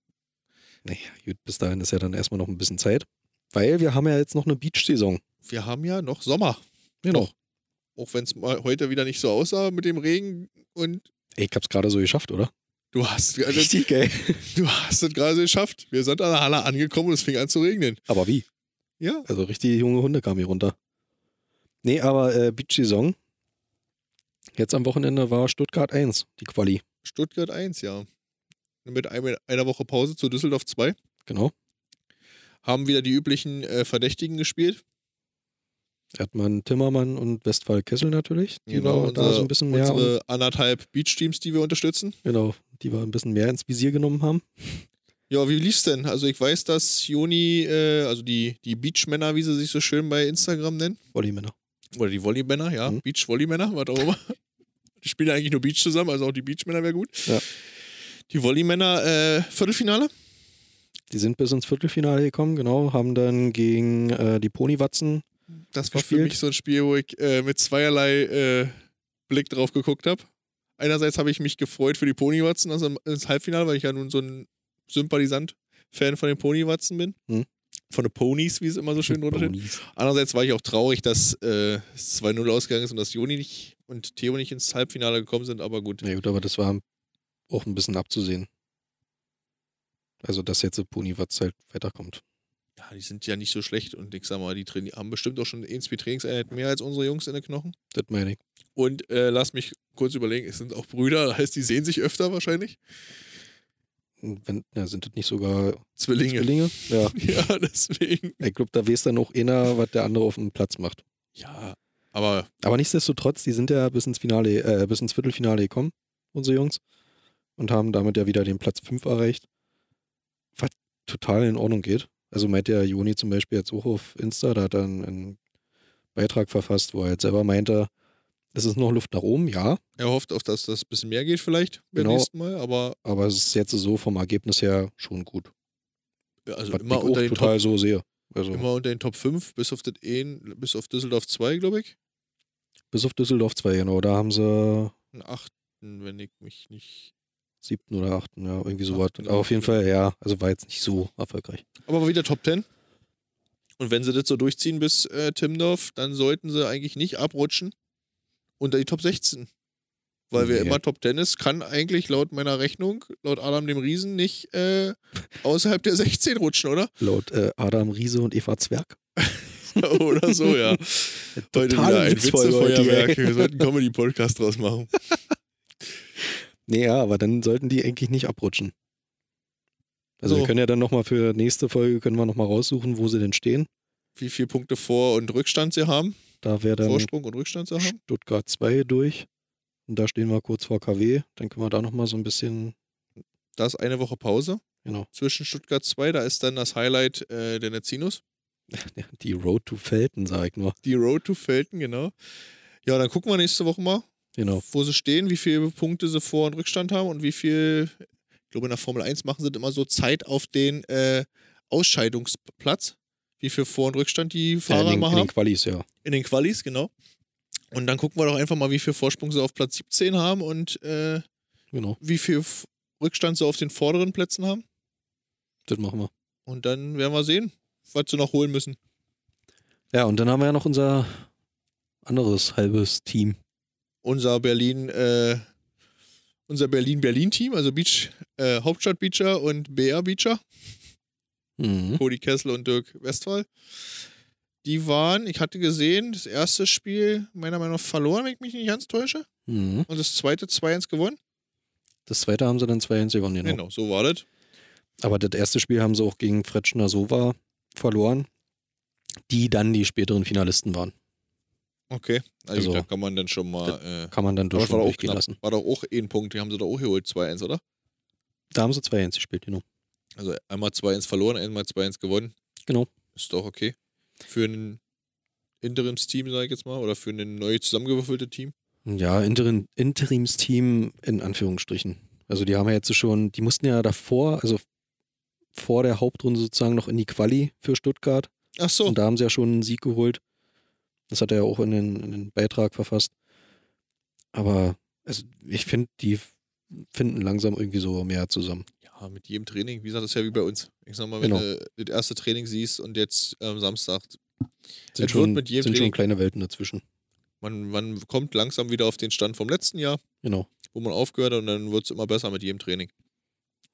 [SPEAKER 1] Naja, gut, bis dahin ist ja dann erstmal noch ein bisschen Zeit. Weil wir haben ja jetzt noch eine Beach-Saison.
[SPEAKER 2] Wir haben ja noch Sommer.
[SPEAKER 1] Genau.
[SPEAKER 2] Auch wenn es mal heute wieder nicht so aussah mit dem Regen und
[SPEAKER 1] Ey, ich hab's gerade so geschafft, oder?
[SPEAKER 2] du hast.
[SPEAKER 1] geil.
[SPEAKER 2] Du hast es gerade geschafft. Wir sind an der Halle angekommen und es fing an zu regnen.
[SPEAKER 1] Aber wie?
[SPEAKER 2] Ja.
[SPEAKER 1] Also richtig junge Hunde kamen hier runter. Nee, aber äh, Beach-Saison. Jetzt am Wochenende war Stuttgart 1, die Quali.
[SPEAKER 2] Stuttgart 1, ja. Mit einem, einer Woche Pause zu Düsseldorf 2.
[SPEAKER 1] Genau.
[SPEAKER 2] Haben wieder die üblichen äh, Verdächtigen gespielt.
[SPEAKER 1] Erdmann Timmermann und Westphal Kessel natürlich. Die
[SPEAKER 2] Genau,
[SPEAKER 1] waren da
[SPEAKER 2] unsere-
[SPEAKER 1] so ein bisschen mehr.
[SPEAKER 2] Unsere anderthalb Beachteams, die wir unterstützen.
[SPEAKER 1] genau, die wir ein bisschen mehr ins Visier genommen haben.
[SPEAKER 2] Ja, wie lief's denn? Also ich weiß, dass Joni, äh, also die, die Beachmänner, wie sie sich so schön bei Instagram nennen.
[SPEAKER 1] Volleymänner.
[SPEAKER 2] Oder die Volleymänner, ja.
[SPEAKER 1] Mhm.
[SPEAKER 2] Beach-Volleymänner, was auch immer. Die spielen ja eigentlich nur Beach zusammen, also auch die Beachmänner wäre gut.
[SPEAKER 1] Ja.
[SPEAKER 2] Die Volleymänner, äh, Viertelfinale.
[SPEAKER 1] Die sind bis ins Viertelfinale gekommen, genau, haben dann gegen äh, die Ponywatzen.
[SPEAKER 2] Das war für
[SPEAKER 1] gespielt.
[SPEAKER 2] mich so ein Spiel, wo ich äh, mit zweierlei äh, Blick drauf geguckt habe. Einerseits habe ich mich gefreut für die Ponywatzen also im- ins Halbfinale, weil ich ja nun so ein Sympathisant-Fan von den Ponywatzen bin.
[SPEAKER 1] Hm.
[SPEAKER 2] Von den Ponys, wie es immer so schön drunter steht.
[SPEAKER 1] Ponys.
[SPEAKER 2] Andererseits war ich auch traurig, dass äh, es 2-0 ausgegangen ist und dass Joni nicht und Theo nicht ins Halbfinale gekommen sind, aber gut.
[SPEAKER 1] Na gut, aber das war auch ein bisschen abzusehen. Also, dass jetzt die Ponywatz halt weiterkommt.
[SPEAKER 2] Ja, die sind ja nicht so schlecht und ich sag mal, die traini- haben bestimmt auch schon ein, zwei Trainingseinheiten mehr als unsere Jungs in den Knochen.
[SPEAKER 1] Das meine ich.
[SPEAKER 2] Und äh, lass mich kurz überlegen, es sind auch Brüder, das heißt, die sehen sich öfter wahrscheinlich.
[SPEAKER 1] Wenn, na, sind das nicht sogar
[SPEAKER 2] Zwillinge.
[SPEAKER 1] Zwillinge? Ja.
[SPEAKER 2] Ja, deswegen.
[SPEAKER 1] Ich glaube, da weiß dann auch einer, was der andere auf dem Platz macht.
[SPEAKER 2] Ja, aber
[SPEAKER 1] Aber nichtsdestotrotz, die sind ja bis ins Finale, äh, bis ins Viertelfinale gekommen, unsere Jungs. Und haben damit ja wieder den Platz 5 erreicht. Was total in Ordnung geht. Also meint der Joni zum Beispiel jetzt auch auf Insta, da hat er einen, einen Beitrag verfasst, wo er jetzt selber meinte, es ist noch Luft nach oben, ja,
[SPEAKER 2] er hofft auf, dass das ein bisschen mehr geht vielleicht beim
[SPEAKER 1] Genau.
[SPEAKER 2] nächsten Mal. Aber
[SPEAKER 1] aber es ist jetzt so vom Ergebnis her schon gut.
[SPEAKER 2] ja, also
[SPEAKER 1] was
[SPEAKER 2] immer
[SPEAKER 1] ich auch
[SPEAKER 2] unter, den
[SPEAKER 1] total
[SPEAKER 2] Top,
[SPEAKER 1] so sehe. Also
[SPEAKER 2] immer unter den Top 5, bis auf, das Ehen, bis auf Düsseldorf 2, glaube ich.
[SPEAKER 1] bis auf Düsseldorf 2, genau, da haben sie
[SPEAKER 2] Einen achten, wenn ich mich nicht.
[SPEAKER 1] siebten oder achten, ja, irgendwie sowas.
[SPEAKER 2] Achten,
[SPEAKER 1] Aber auf jeden
[SPEAKER 2] glaube
[SPEAKER 1] Fall, ja, also war jetzt nicht so erfolgreich.
[SPEAKER 2] Aber wieder Top 10. Und wenn sie das so durchziehen bis äh, Timdorf, dann sollten sie eigentlich nicht abrutschen unter die Top 16. Weil wir
[SPEAKER 1] Nee.
[SPEAKER 2] immer Top 10 ist, kann eigentlich laut meiner Rechnung, laut Adam dem Riesen, nicht äh, außerhalb der 16 rutschen, oder?
[SPEAKER 1] Laut äh, Adam Riese und Eva Zwerg.
[SPEAKER 2] Oder so, ja. Heute
[SPEAKER 1] Total
[SPEAKER 2] wieder ein
[SPEAKER 1] witzvoll heute,
[SPEAKER 2] Witzefeuerwerk.
[SPEAKER 1] ey.
[SPEAKER 2] Wir sollten einen Comedy-Podcast draus machen.
[SPEAKER 1] Nee, ja, aber dann sollten die eigentlich nicht abrutschen. Also
[SPEAKER 2] So.
[SPEAKER 1] wir können ja dann nochmal für nächste Folge, können wir nochmal raussuchen, wo sie denn stehen.
[SPEAKER 2] Wie viele Punkte Vor- und Rückstand sie haben.
[SPEAKER 1] Da wäre dann
[SPEAKER 2] Vorsprung und Rückstand sie haben.
[SPEAKER 1] Stuttgart 2 durch. Und da stehen wir kurz vor KW. Dann können wir da nochmal so ein bisschen,
[SPEAKER 2] Da ist eine Woche Pause.
[SPEAKER 1] Genau.
[SPEAKER 2] Zwischen Stuttgart 2, da ist dann das Highlight äh, der Netzinos.
[SPEAKER 1] ja, die Road to Felten, sag ich nur.
[SPEAKER 2] Die Road to Felten, genau. Ja, dann gucken wir nächste Woche mal,
[SPEAKER 1] Genau.
[SPEAKER 2] wo sie stehen, wie viele Punkte sie Vor- und Rückstand haben und wie viel, ich glaube, in der Formel 1 machen sie das immer so Zeit auf den äh, Ausscheidungsplatz, wie viel Vor- und Rückstand die Fahrer
[SPEAKER 1] in, Äh, den,
[SPEAKER 2] mal
[SPEAKER 1] in
[SPEAKER 2] haben.
[SPEAKER 1] den Qualis, ja.
[SPEAKER 2] In den Qualis, genau. Und dann gucken wir doch einfach mal, wie viel Vorsprung sie auf Platz 17 haben und äh,
[SPEAKER 1] Genau,
[SPEAKER 2] wie viel F- Rückstand sie auf den vorderen Plätzen haben.
[SPEAKER 1] das machen wir.
[SPEAKER 2] Und dann werden wir sehen, was sie noch holen müssen.
[SPEAKER 1] Ja, und dann haben wir ja noch unser anderes halbes Team.
[SPEAKER 2] Unser Berlin, äh, unser Berlin-Berlin-Team, also Beach, äh, Hauptstadt Beacher und BR Beacher,
[SPEAKER 1] Mhm.
[SPEAKER 2] Cody Kessel und Dirk Westphal. Die waren, ich hatte gesehen, das erste Spiel meiner Meinung nach verloren, wenn ich mich nicht ganz täusche.
[SPEAKER 1] Mhm.
[SPEAKER 2] Und das zweite 2-1 gewonnen.
[SPEAKER 1] Das zweite haben sie dann 2-1 gewonnen, genau.
[SPEAKER 2] Genau, so war das.
[SPEAKER 1] Aber das erste Spiel haben sie auch gegen Fretschner Sova verloren, die dann die späteren Finalisten waren.
[SPEAKER 2] Okay, also,
[SPEAKER 1] Also,
[SPEAKER 2] da kann man dann schon mal. Äh,
[SPEAKER 1] Kann man dann
[SPEAKER 2] aber
[SPEAKER 1] durch
[SPEAKER 2] es war doch auch
[SPEAKER 1] durchgehen
[SPEAKER 2] knapp.
[SPEAKER 1] lassen.
[SPEAKER 2] War doch auch ein Punkt, die haben sie doch auch geholt, 2-1, oder?
[SPEAKER 1] Da haben sie 2-1 gespielt, genau.
[SPEAKER 2] Also einmal 2-1 verloren, einmal 2-1 gewonnen.
[SPEAKER 1] Genau.
[SPEAKER 2] Ist doch okay. Für ein Interimsteam, sage ich jetzt mal, oder für ein neu zusammengewürfeltes Team.
[SPEAKER 1] Ja, Interim, Interimsteam in Anführungsstrichen. Also die haben ja jetzt schon, die mussten ja davor, also vor der Hauptrunde sozusagen noch in die Quali für Stuttgart.
[SPEAKER 2] Ach so.
[SPEAKER 1] Und da haben sie ja schon einen Sieg geholt. Das hat er ja auch in den, in den Beitrag verfasst. Aber also ich finde, die f- finden langsam irgendwie so mehr zusammen.
[SPEAKER 2] Ja, mit jedem Training, wie gesagt, das ist ja wie bei uns. Ich sag mal, wenn
[SPEAKER 1] Genau.
[SPEAKER 2] du das erste Training siehst und jetzt am Samstag,
[SPEAKER 1] Sind,
[SPEAKER 2] Es wird
[SPEAKER 1] schon,
[SPEAKER 2] mit jedem
[SPEAKER 1] sind schon
[SPEAKER 2] Training-
[SPEAKER 1] kleine Welten dazwischen.
[SPEAKER 2] man, man kommt langsam wieder auf den Stand vom letzten Jahr,
[SPEAKER 1] Genau.
[SPEAKER 2] wo man aufgehört hat und dann wird es immer besser mit jedem Training.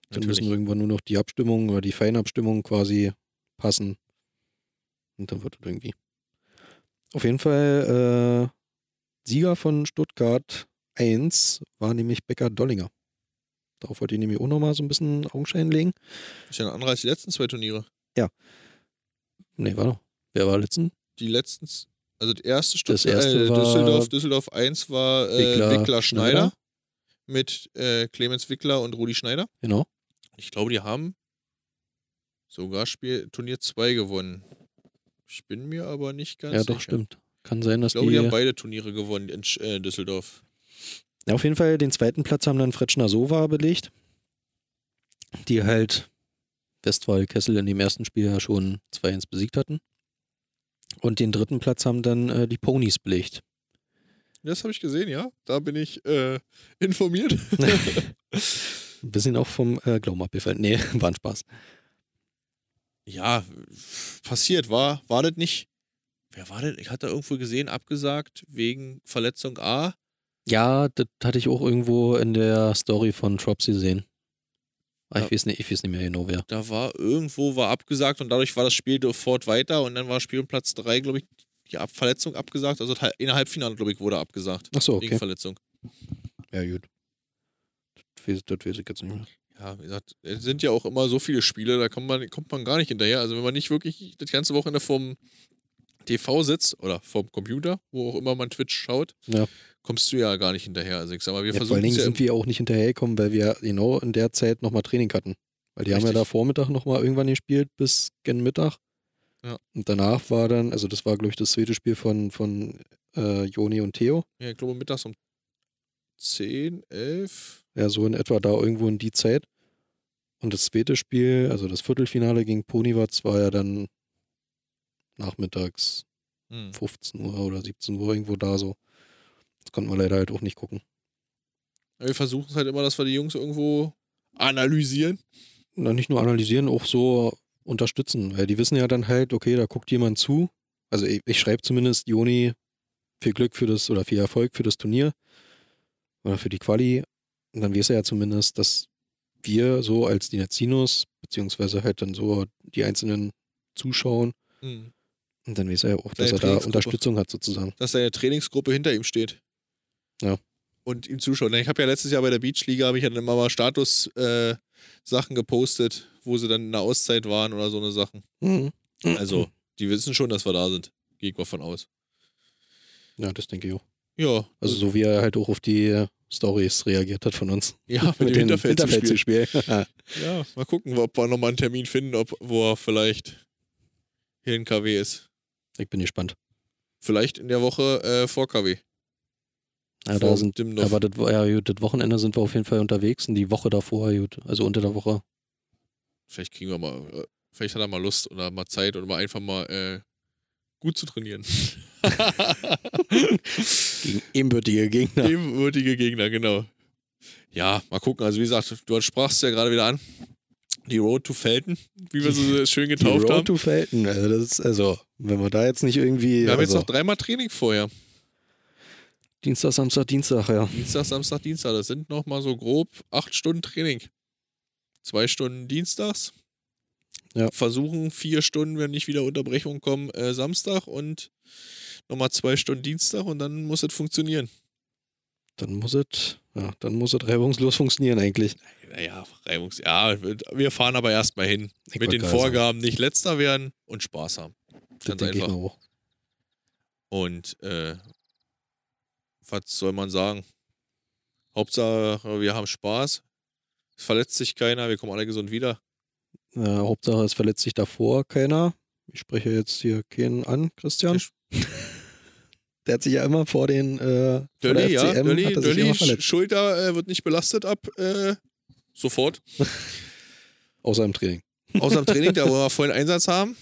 [SPEAKER 1] Dann müssen irgendwann nur noch die Abstimmung oder die Feinabstimmung quasi passen. Und dann wird es irgendwie. Auf jeden Fall, äh, Sieger von Stuttgart 1 war nämlich Becker Dollinger. Darauf wollte ich nämlich auch nochmal so ein bisschen Augenschein legen.
[SPEAKER 2] Ist ja ein anderer als die letzten zwei Turniere.
[SPEAKER 1] Nee, war noch. Wer war letzten?
[SPEAKER 2] Die letzten, z- also das erste Stück,
[SPEAKER 1] Das erste
[SPEAKER 2] äh,
[SPEAKER 1] war-
[SPEAKER 2] Düsseldorf, Düsseldorf 1 war äh, Wickler,
[SPEAKER 1] Wickler
[SPEAKER 2] Schneider
[SPEAKER 1] Schneider.
[SPEAKER 2] mit äh, Clemens Wickler und Rudi Schneider.
[SPEAKER 1] Genau.
[SPEAKER 2] Ich glaube, die haben sogar Spiel, Turnier 2 gewonnen. Ich bin mir aber nicht ganz
[SPEAKER 1] Ja,
[SPEAKER 2] sicher.
[SPEAKER 1] doch, stimmt. Kann sein, dass
[SPEAKER 2] Ich glaube, die,
[SPEAKER 1] die.
[SPEAKER 2] haben beide Turniere gewonnen in Sch- äh, Düsseldorf.
[SPEAKER 1] ja, auf jeden Fall den zweiten Platz haben dann Fretschner Sova belegt, die halt Westphal Kessel in dem ersten Spiel ja schon 2-1 besiegt hatten. Und den dritten Platz haben dann äh, die Ponys belegt.
[SPEAKER 2] Das habe ich gesehen, ja. Da bin ich äh, informiert.
[SPEAKER 1] Ein bisschen auch vom äh, Glauben abgefallen. Nee, war ein Spaß.
[SPEAKER 2] ja, passiert war, war das nicht. Wer war das? Ich hatte irgendwo gesehen, abgesagt wegen Verletzung A.
[SPEAKER 1] Ja, das hatte ich auch irgendwo in der Story von Tropsy gesehen. Ah,
[SPEAKER 2] Ja.
[SPEAKER 1] ich, weiß nicht, ich weiß nicht mehr genau, wer.
[SPEAKER 2] Da war irgendwo war abgesagt und dadurch war das Spiel sofort weiter und dann war Spielplatz 3, glaube ich, die Ab Verletzung abgesagt. Also das Hal- in der Halbfinale, glaube ich, wurde abgesagt.
[SPEAKER 1] Achso,
[SPEAKER 2] Wegen
[SPEAKER 1] okay.
[SPEAKER 2] Verletzung.
[SPEAKER 1] Ja, gut. Das weiß, das weiß ich jetzt nicht mehr.
[SPEAKER 2] Ja, wie gesagt, es sind ja auch immer so viele Spiele, da kommt man, kommt man gar nicht hinterher. Also wenn man nicht wirklich das ganze Wochenende vorm TV sitzt oder vorm Computer, wo auch immer man Twitch schaut,
[SPEAKER 1] Ja.
[SPEAKER 2] kommst du ja gar nicht hinterher. Also ich sag mal, wir
[SPEAKER 1] Ja, vor
[SPEAKER 2] versuchen
[SPEAKER 1] allen
[SPEAKER 2] es
[SPEAKER 1] Dingen
[SPEAKER 2] ja im-
[SPEAKER 1] sind wir auch nicht hinterhergekommen, weil wir genau in der Zeit nochmal Training hatten. Weil die haben ja
[SPEAKER 2] Richtig.
[SPEAKER 1] da Vormittag nochmal irgendwann gespielt bis gen Mittag.
[SPEAKER 2] Ja.
[SPEAKER 1] Und danach war dann, also das war, glaube ich, das zweite Spiel von, von äh, Joni und Theo.
[SPEAKER 2] Ja, ich glaube mittags um 10, 11.
[SPEAKER 1] Ja, so in etwa da irgendwo in die Zeit. Und das zweite Spiel, also das Viertelfinale gegen Ponywatz, war ja dann nachmittags
[SPEAKER 2] Hm.
[SPEAKER 1] 15 Uhr oder 17 Uhr irgendwo da so. Das konnten wir leider halt auch nicht gucken.
[SPEAKER 2] Wir versuchen es halt immer, dass wir die Jungs irgendwo analysieren.
[SPEAKER 1] na, nicht nur analysieren, auch so unterstützen. Weil die wissen ja dann halt, okay, da guckt jemand zu. Also ich, ich schreibe zumindest Joni viel Glück für das oder viel Erfolg für das Turnier oder für die Quali. Und dann weiß er ja zumindest, dass wir so als die Nazinos, beziehungsweise halt dann so die einzelnen zuschauen Und dann weiß er ja auch, dass
[SPEAKER 2] Seine
[SPEAKER 1] er da
[SPEAKER 2] Trainingsgruppe.
[SPEAKER 1] Unterstützung hat sozusagen.
[SPEAKER 2] dass seine Trainingsgruppe hinter ihm steht.
[SPEAKER 1] Ja.
[SPEAKER 2] Und ihm zuschaut. Ich habe ja letztes Jahr bei der Beachliga, habe ich ja dann immer mal Status-Sachen gepostet, wo sie dann in der Auszeit waren oder so eine Sachen.
[SPEAKER 1] Mhm.
[SPEAKER 2] Also, die wissen schon, dass wir da sind. Gehe ich mal von aus.
[SPEAKER 1] Ja, das denke ich auch.
[SPEAKER 2] Ja.
[SPEAKER 1] Also so wie er halt auch auf die äh, Stories reagiert hat von uns.
[SPEAKER 2] ja, mit, dem Hinterfeld zu spielen.
[SPEAKER 1] Hinterfeldspiel.
[SPEAKER 2] Ja, mal gucken, ob wir nochmal einen Termin finden, ob, wo er vielleicht hier in KW ist.
[SPEAKER 1] ich bin gespannt.
[SPEAKER 2] Vielleicht in der Woche äh, vor KW.
[SPEAKER 1] Ja, da
[SPEAKER 2] vor
[SPEAKER 1] sind,
[SPEAKER 2] Dimdorf.
[SPEAKER 1] aber das, war- ja, gut, das Wochenende sind wir auf jeden Fall unterwegs und die Woche davor, gut, also unter der Woche.
[SPEAKER 2] Vielleicht kriegen wir mal, äh, vielleicht hat er mal Lust oder mal Zeit oder mal einfach mal äh, gut zu trainieren.
[SPEAKER 1] Gegen ebenbürtige Gegner.
[SPEAKER 2] Ebenwürdige Gegner, genau. Ja, mal gucken. Also wie gesagt, du sprachst ja gerade wieder an. Die Road to Felten, wie wir sie schön
[SPEAKER 1] Die
[SPEAKER 2] getauft
[SPEAKER 1] Road
[SPEAKER 2] haben.
[SPEAKER 1] to Felton. Also, das ist, also, wenn wir da jetzt nicht irgendwie.
[SPEAKER 2] Wir haben jetzt
[SPEAKER 1] also,
[SPEAKER 2] noch dreimal Training vorher.
[SPEAKER 1] Dienstag, Samstag, Dienstag, ja.
[SPEAKER 2] Dienstag, Samstag, Dienstag. Das sind nochmal so grob acht Stunden Training. Zwei Stunden dienstags.
[SPEAKER 1] Ja.
[SPEAKER 2] Versuchen vier Stunden, wenn nicht wieder Unterbrechungen kommen, äh, Samstag und nochmal zwei Stunden Dienstag und dann muss es funktionieren.
[SPEAKER 1] Dann muss es, ja, dann muss es reibungslos funktionieren eigentlich.
[SPEAKER 2] Naja, Reibungs. Ja, wir- wir fahren aber erstmal hin.
[SPEAKER 1] Ich
[SPEAKER 2] mit
[SPEAKER 1] wollt
[SPEAKER 2] den
[SPEAKER 1] gerade sagen,
[SPEAKER 2] Vorgaben nicht letzter werden und Spaß haben.
[SPEAKER 1] also, Das
[SPEAKER 2] Ganz
[SPEAKER 1] denke ich
[SPEAKER 2] einfach.
[SPEAKER 1] mal auch.
[SPEAKER 2] Und äh, was soll man sagen? Hauptsache, wir haben Spaß. Es verletzt sich keiner, wir kommen alle gesund wieder.
[SPEAKER 1] Äh, Hauptsache, es verletzt sich davor keiner. Ich spreche jetzt hier keinen an, Christian.
[SPEAKER 2] Ich-
[SPEAKER 1] Der hat sich ja immer vor den äh, vor der
[SPEAKER 2] Dölli, ja,
[SPEAKER 1] FCM
[SPEAKER 2] Dölli,
[SPEAKER 1] hat er sich
[SPEAKER 2] Dölli
[SPEAKER 1] immer
[SPEAKER 2] Sch-
[SPEAKER 1] verletzt.
[SPEAKER 2] Schulter äh, wird nicht belastet ab äh, sofort.
[SPEAKER 1] Außer im Training.
[SPEAKER 2] Außer im Training, da wo wir vollen Einsatz haben.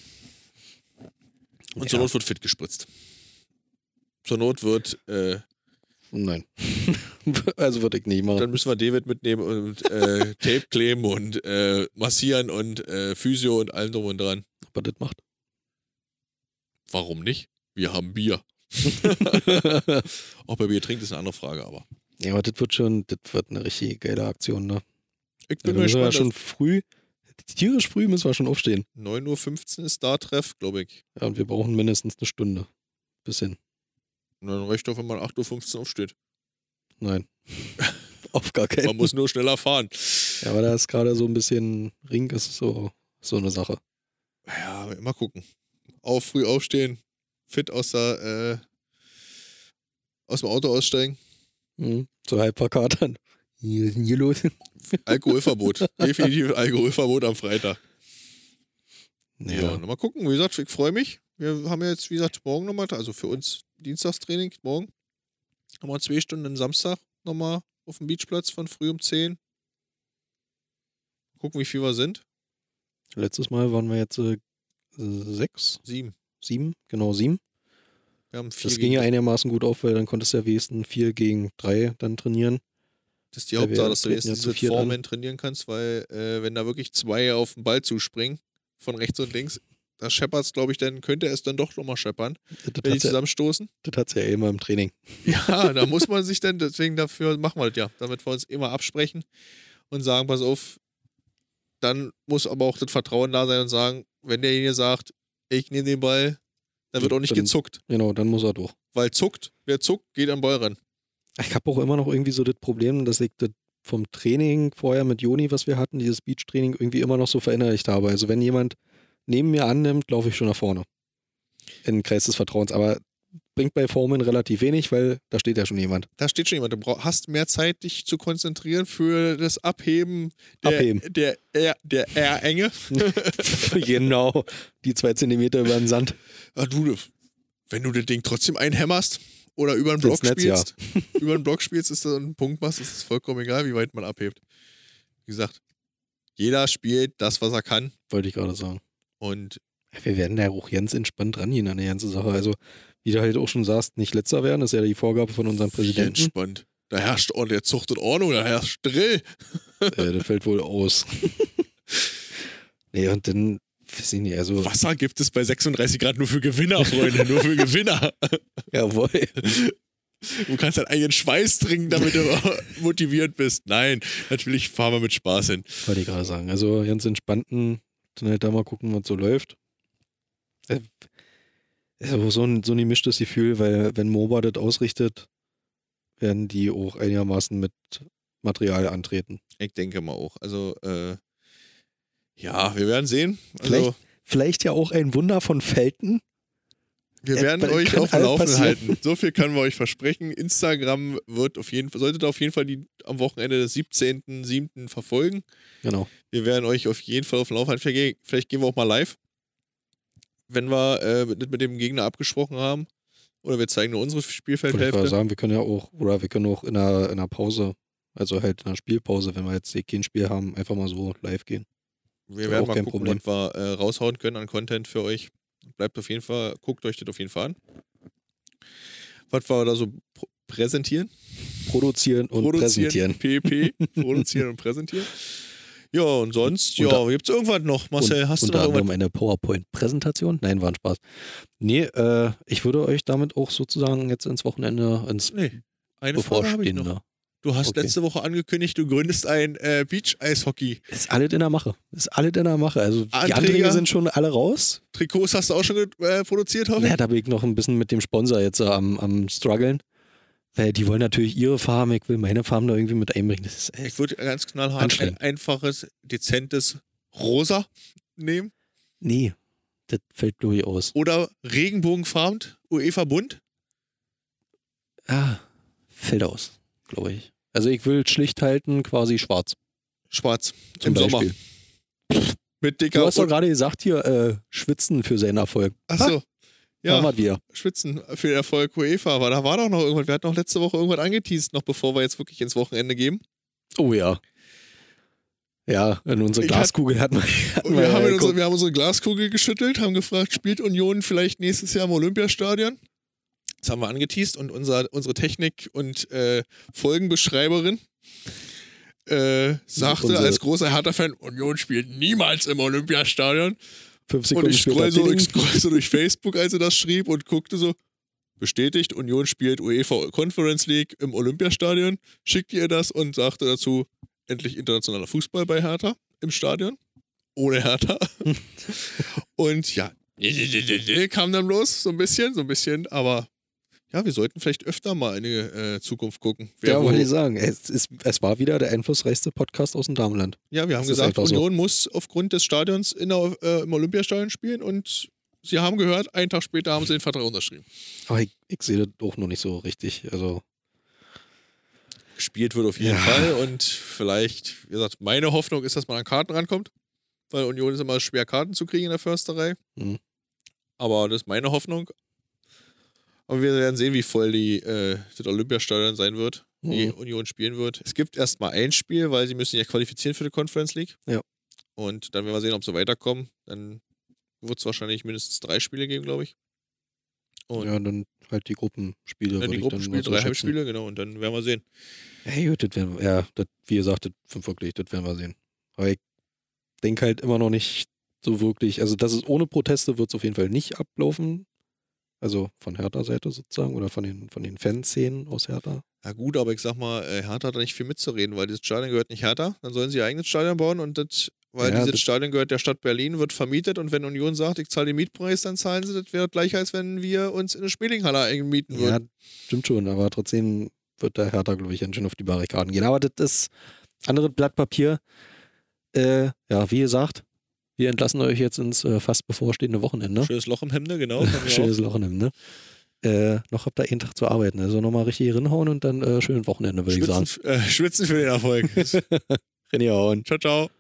[SPEAKER 2] Und zur
[SPEAKER 1] Ja.
[SPEAKER 2] Not wird fit gespritzt. Zur Not wird, äh,
[SPEAKER 1] Nein. also würde ich nicht machen.
[SPEAKER 2] dann müssen wir David mitnehmen und äh, Tape kleben und äh, massieren und äh, Physio und allem drum und dran.
[SPEAKER 1] Aber das macht.
[SPEAKER 2] Warum nicht? Wir haben Bier. Ob er Bier trinkt, ist eine andere Frage, aber.
[SPEAKER 1] Ja, aber das wird schon, das wird eine richtig geile Aktion, ne?
[SPEAKER 2] Ich
[SPEAKER 1] Ja,
[SPEAKER 2] bin
[SPEAKER 1] da müssen wir
[SPEAKER 2] gespannt.
[SPEAKER 1] ja schon früh, tierisch früh müssen wir schon aufstehen.
[SPEAKER 2] 9.15 Uhr ist da Treff, glaube ich.
[SPEAKER 1] Ja, und wir brauchen mindestens eine Stunde. Bisschen.
[SPEAKER 2] Und dann reicht doch, wenn man 8.15 Uhr aufsteht.
[SPEAKER 1] Nein. Auf gar keinen
[SPEAKER 2] Man muss nur schneller fahren.
[SPEAKER 1] Ja, aber da ist gerade so ein bisschen Ring, ist so, so eine Sache.
[SPEAKER 2] Ja, immer gucken. Auf, früh aufstehen, fit aus, der, äh, aus dem Auto aussteigen.
[SPEAKER 1] Mhm. So halb verkatern. Hier ist denn hier los.
[SPEAKER 2] Alkoholverbot. Definitiv Alkoholverbot am Freitag. Ja,
[SPEAKER 1] Ja.
[SPEAKER 2] noch mal gucken. Wie gesagt, ich freue mich. Wir haben ja jetzt, wie gesagt, morgen nochmal, also für uns Dienstagstraining, morgen. Haben wir zwei Stunden am Samstag nochmal auf dem Beachplatz von früh um 10. Gucken, wie viel wir sind.
[SPEAKER 1] Letztes Mal waren wir jetzt äh, sechs,
[SPEAKER 2] Sieben.
[SPEAKER 1] sieben, genau sieben.
[SPEAKER 2] Wir haben vier.
[SPEAKER 1] Das ging
[SPEAKER 2] gegen-
[SPEAKER 1] ja einigermaßen gut auf, weil dann konntest du ja wenigstens vier gegen drei dann trainieren.
[SPEAKER 2] das ist die
[SPEAKER 1] Ja, wir
[SPEAKER 2] Hauptsache, dass du
[SPEAKER 1] treten
[SPEAKER 2] jetzt
[SPEAKER 1] ja zu
[SPEAKER 2] diese
[SPEAKER 1] viert an.
[SPEAKER 2] Formen trainieren kannst, weil äh, wenn da wirklich zwei auf den Ball zuspringen, von rechts und links, da scheppert es, glaube ich, dann könnte es dann doch nochmal scheppern,
[SPEAKER 1] Das,
[SPEAKER 2] wenn die
[SPEAKER 1] hat's ja,
[SPEAKER 2] zusammenstoßen.
[SPEAKER 1] das hat's ja eh immer im Training.
[SPEAKER 2] Ja, da muss man sich dann, deswegen dafür machen wir das ja, damit wir uns immer absprechen und sagen, pass auf, dann muss aber auch das Vertrauen da sein und sagen, wenn derjenige sagt, ich nehme den Ball, dann wird auch nicht
[SPEAKER 1] Dann-
[SPEAKER 2] gezuckt.
[SPEAKER 1] Genau, dann muss er durch.
[SPEAKER 2] Weil zuckt, wer zuckt, geht am Ball ran.
[SPEAKER 1] Ich habe auch immer noch irgendwie so das Problem, dass ich das vom Training vorher mit Joni, was wir hatten, dieses Beach-Training irgendwie immer noch so verinnerlicht habe. Also wenn jemand neben mir annimmt, laufe ich schon nach vorne. In den Kreis des Vertrauens. Aber bringt bei Formen relativ wenig, weil da steht ja schon jemand.
[SPEAKER 2] Da steht schon jemand, du brauch- hast mehr Zeit, dich zu konzentrieren für das Abheben der,
[SPEAKER 1] Abheben.
[SPEAKER 2] der, der, der R-Enge.
[SPEAKER 1] genau. Die zwei Zentimeter über den Sand.
[SPEAKER 2] Ah, du, wenn du das Ding trotzdem einhämmerst oder über einen Block
[SPEAKER 1] Ins Netz, ja.
[SPEAKER 2] spielst, über einen Block spielst, ist das und einen Punkt machst, ist es vollkommen egal, wie weit man abhebt. Wie gesagt, jeder spielt das, was er kann
[SPEAKER 1] Wollte ich gerade sagen.
[SPEAKER 2] und
[SPEAKER 1] Wir werden da auch ganz entspannt rangehen an die ganze Sache. Also, wie du halt auch schon sagst, nicht letzter werden, ist ja die Vorgabe von unserem
[SPEAKER 2] viel
[SPEAKER 1] Präsidenten.
[SPEAKER 2] entspannt. Da herrscht ordentlich, der Zucht und Ordnung, da herrscht Drill.
[SPEAKER 1] äh, der fällt wohl aus. nee, und dann, weiß ich nicht, also.
[SPEAKER 2] Wasser gibt es bei 36 Grad nur für Gewinner, Freunde, nur für Gewinner.
[SPEAKER 1] Jawohl.
[SPEAKER 2] Du kannst deinen eigenen Schweiß trinken, damit du motiviert bist. Nein, natürlich fahren wir mit Spaß hin.
[SPEAKER 1] Wollte ich gerade sagen. Also ganz entspannten, dann halt da mal gucken, was so läuft. Äh, Also so ein, so ein gemischtes Gefühl, weil wenn MOBA das ausrichtet, werden die auch einigermaßen mit Material antreten.
[SPEAKER 2] Ich denke mal auch. Also, äh, ja, wir werden sehen.
[SPEAKER 1] Vielleicht-
[SPEAKER 2] Also,
[SPEAKER 1] Vielleicht ja auch ein Wunder von Felten.
[SPEAKER 2] wir
[SPEAKER 1] äh,
[SPEAKER 2] werden
[SPEAKER 1] bei-
[SPEAKER 2] euch
[SPEAKER 1] kann
[SPEAKER 2] auf dem
[SPEAKER 1] alles
[SPEAKER 2] Laufenden
[SPEAKER 1] passieren.
[SPEAKER 2] halten. So viel können wir euch versprechen. Instagram wird auf jeden Fall, solltet ihr auf jeden Fall die am Wochenende des 17.07. verfolgen.
[SPEAKER 1] Genau.
[SPEAKER 2] Wir werden euch auf jeden Fall auf den Lauf halten. Vielleicht, ge- vielleicht gehen wir auch mal live. Wenn wir äh, mit, mit dem Gegner abgesprochen haben. Oder wir zeigen nur unsere
[SPEAKER 1] Wollte ich gerade
[SPEAKER 2] Spielfeldhälfte.
[SPEAKER 1] sagen, wir können ja auch, oder wir können auch in einer, in einer Pause, also halt in einer Spielpause, wenn wir jetzt eh kein Spiel haben, einfach mal so live gehen.
[SPEAKER 2] Wir werden
[SPEAKER 1] Auch
[SPEAKER 2] mal
[SPEAKER 1] kein
[SPEAKER 2] gucken,
[SPEAKER 1] Problem.
[SPEAKER 2] was wir äh, raushauen können an Content für euch. Bleibt auf jeden Fall, guckt euch das auf jeden Fall an. Was wir da so pr- präsentieren.
[SPEAKER 1] Produzieren und präsentieren.
[SPEAKER 2] PP, produzieren und präsentieren. Ja, und sonst,
[SPEAKER 1] Und
[SPEAKER 2] ja, gibt's irgendwas noch? Marcel,
[SPEAKER 1] und,
[SPEAKER 2] hast du
[SPEAKER 1] unter
[SPEAKER 2] noch
[SPEAKER 1] anderem
[SPEAKER 2] irgendwas?
[SPEAKER 1] eine PowerPoint-Präsentation? Nein, war ein Spaß. Nee, äh, ich würde euch damit auch sozusagen jetzt ins Wochenende, ins
[SPEAKER 2] Nee, eine Frage habe ich noch.
[SPEAKER 1] bevorstehende.
[SPEAKER 2] Du hast
[SPEAKER 1] Okay.
[SPEAKER 2] letzte Woche angekündigt, du gründest ein äh, Beach-Eishockey-Trikots
[SPEAKER 1] Ist alles in der Mache. Ist alles in der Mache. Also die
[SPEAKER 2] Anträge?
[SPEAKER 1] Anträge sind schon alle raus.
[SPEAKER 2] hast du auch schon ge- äh, produziert, hoffe ich?
[SPEAKER 1] Naja, da bin ich noch ein bisschen mit dem Sponsor jetzt äh, am, am struggeln. Weil die wollen natürlich ihre Farben, ich will meine Farben da irgendwie mit einbringen. Das ist äh, echt.
[SPEAKER 2] Ich würde ganz knallhart ein
[SPEAKER 1] Anstrengend.
[SPEAKER 2] einfaches, dezentes Rosa nehmen
[SPEAKER 1] Nee, das fällt glaube ich aus.
[SPEAKER 2] oder Regenbogenfarben, UEFA-Bund.
[SPEAKER 1] Ah, fällt aus, glaube ich. Also ich will schlicht halten, quasi schwarz.
[SPEAKER 2] Schwarz.
[SPEAKER 1] Zum
[SPEAKER 2] Im Sommer.
[SPEAKER 1] Beispiel.
[SPEAKER 2] Mit
[SPEAKER 1] Du
[SPEAKER 2] dicker.
[SPEAKER 1] hast doch gerade gesagt hier, äh, schwitzen für seinen Erfolg.
[SPEAKER 2] Achso.
[SPEAKER 1] Ja.
[SPEAKER 2] Ja,
[SPEAKER 1] Haben wir.
[SPEAKER 2] schwitzen für den Erfolg UEFA. Aber da war doch noch irgendwas. Wir hatten noch letzte Woche irgendwas angeteased, noch bevor wir jetzt wirklich ins Wochenende geben.
[SPEAKER 1] Oh ja. Ja, in unsere
[SPEAKER 2] Ich hab-
[SPEAKER 1] Glaskugel hat man. Hat
[SPEAKER 2] Und
[SPEAKER 1] man halt
[SPEAKER 2] wir, haben in
[SPEAKER 1] geguckt.
[SPEAKER 2] unsere, wir haben unsere Glaskugel geschüttelt, haben gefragt, spielt Union vielleicht nächstes Jahr im Olympiastadion? Das haben wir angeteased und unser, unsere Technik- und äh, Folgenbeschreiberin äh, sagte
[SPEAKER 1] Unsere-
[SPEAKER 2] als großer Hertha-Fan, Union spielt niemals im Olympiastadion.
[SPEAKER 1] Fünf
[SPEAKER 2] Und
[SPEAKER 1] Sekunden
[SPEAKER 2] ich scroll,
[SPEAKER 1] später.
[SPEAKER 2] so,
[SPEAKER 1] ding.
[SPEAKER 2] ich scroll so durch Facebook, als sie das schrieb und guckte so, bestätigt, Union spielt UEFA Conference League im Olympiastadion, schickte ihr das und sagte dazu, endlich internationaler Fußball bei Hertha im Stadion, ohne Hertha. und ja, kam dann bloß so ein bisschen, so ein bisschen, aber ja, wir sollten vielleicht öfter mal in die äh, Zukunft gucken. Wer
[SPEAKER 1] ja,
[SPEAKER 2] wo-
[SPEAKER 1] wollte ich sagen. Es, ist, es war wieder der einflussreichste Podcast aus dem Damenland.
[SPEAKER 2] ja, wir haben
[SPEAKER 1] Das ist
[SPEAKER 2] gesagt,
[SPEAKER 1] einfach so.
[SPEAKER 2] Union muss aufgrund des Stadions in der, äh, im Olympiastadion spielen und sie haben gehört, einen Tag später haben sie den Vertrag unterschrieben.
[SPEAKER 1] Aber ich, ich sehe das auch noch nicht so richtig. Also,
[SPEAKER 2] gespielt wird auf jeden
[SPEAKER 1] Ja.
[SPEAKER 2] Fall. Und vielleicht, wie gesagt, meine Hoffnung ist, dass man an Karten rankommt, weil Union ist immer schwer, Karten zu kriegen in der Försterei.
[SPEAKER 1] Mhm.
[SPEAKER 2] Aber das ist meine Hoffnung. Aber wir werden sehen, wie voll die, äh, das Olympiastadion sein wird, wie
[SPEAKER 1] Mhm.
[SPEAKER 2] Union spielen wird. Es gibt erstmal ein Spiel, weil sie müssen sich ja qualifizieren für die Conference League.
[SPEAKER 1] Ja.
[SPEAKER 2] Und dann werden wir sehen, ob sie weiterkommen. Dann wird es wahrscheinlich mindestens drei Spiele geben, glaube ich. Und
[SPEAKER 1] ja, dann halt die Gruppenspiele.
[SPEAKER 2] dann
[SPEAKER 1] würde
[SPEAKER 2] die
[SPEAKER 1] ich mal
[SPEAKER 2] Gruppenspiele,
[SPEAKER 1] so
[SPEAKER 2] drei
[SPEAKER 1] schätzen.
[SPEAKER 2] Heimspiele, genau. Und dann werden wir sehen.
[SPEAKER 1] Hey, gut, das werden wir, ja, das, wie gesagt, das, wirklich, das werden wir sehen. Aber ich denke halt immer noch nicht so wirklich, also das ist ohne Proteste wird es auf jeden Fall nicht ablaufen. Also von Hertha-Seite sozusagen oder von den, von den Fanszenen aus Hertha.
[SPEAKER 2] Ja gut, aber ich sag mal, äh, Hertha hat da nicht viel mitzureden, weil dieses Stadion gehört nicht Hertha. Dann sollen sie ihr eigenes Stadion bauen und das, weil
[SPEAKER 1] Ja,
[SPEAKER 2] dieses
[SPEAKER 1] das-
[SPEAKER 2] Stadion gehört der Stadt Berlin, wird vermietet und wenn Union sagt, ich zahle den Mietpreis, dann zahlen sie, das wäre gleich, als wenn wir uns in eine Spielinghalle einmieten
[SPEAKER 1] Ja,
[SPEAKER 2] würden.
[SPEAKER 1] stimmt schon, aber trotzdem wird der Hertha, glaube ich, ganz schön auf die Barrikaden gehen. Aber das ist anderes Blatt Papier. Äh, ja, wie gesagt, wir entlassen euch jetzt ins äh, fast bevorstehende Wochenende.
[SPEAKER 2] Schönes Loch im Hemde, genau. haben wir
[SPEAKER 1] ne? Schönes Wochenende. Äh, noch habt ihr einen Tag zu arbeiten. Also nochmal richtig reinhauen und dann äh, schönes Wochenende,
[SPEAKER 2] auch.
[SPEAKER 1] würde ich sagen.
[SPEAKER 2] Schwitzen, äh, schwitzen für den Erfolg.
[SPEAKER 1] Reinhauen.
[SPEAKER 2] ciao, ciao.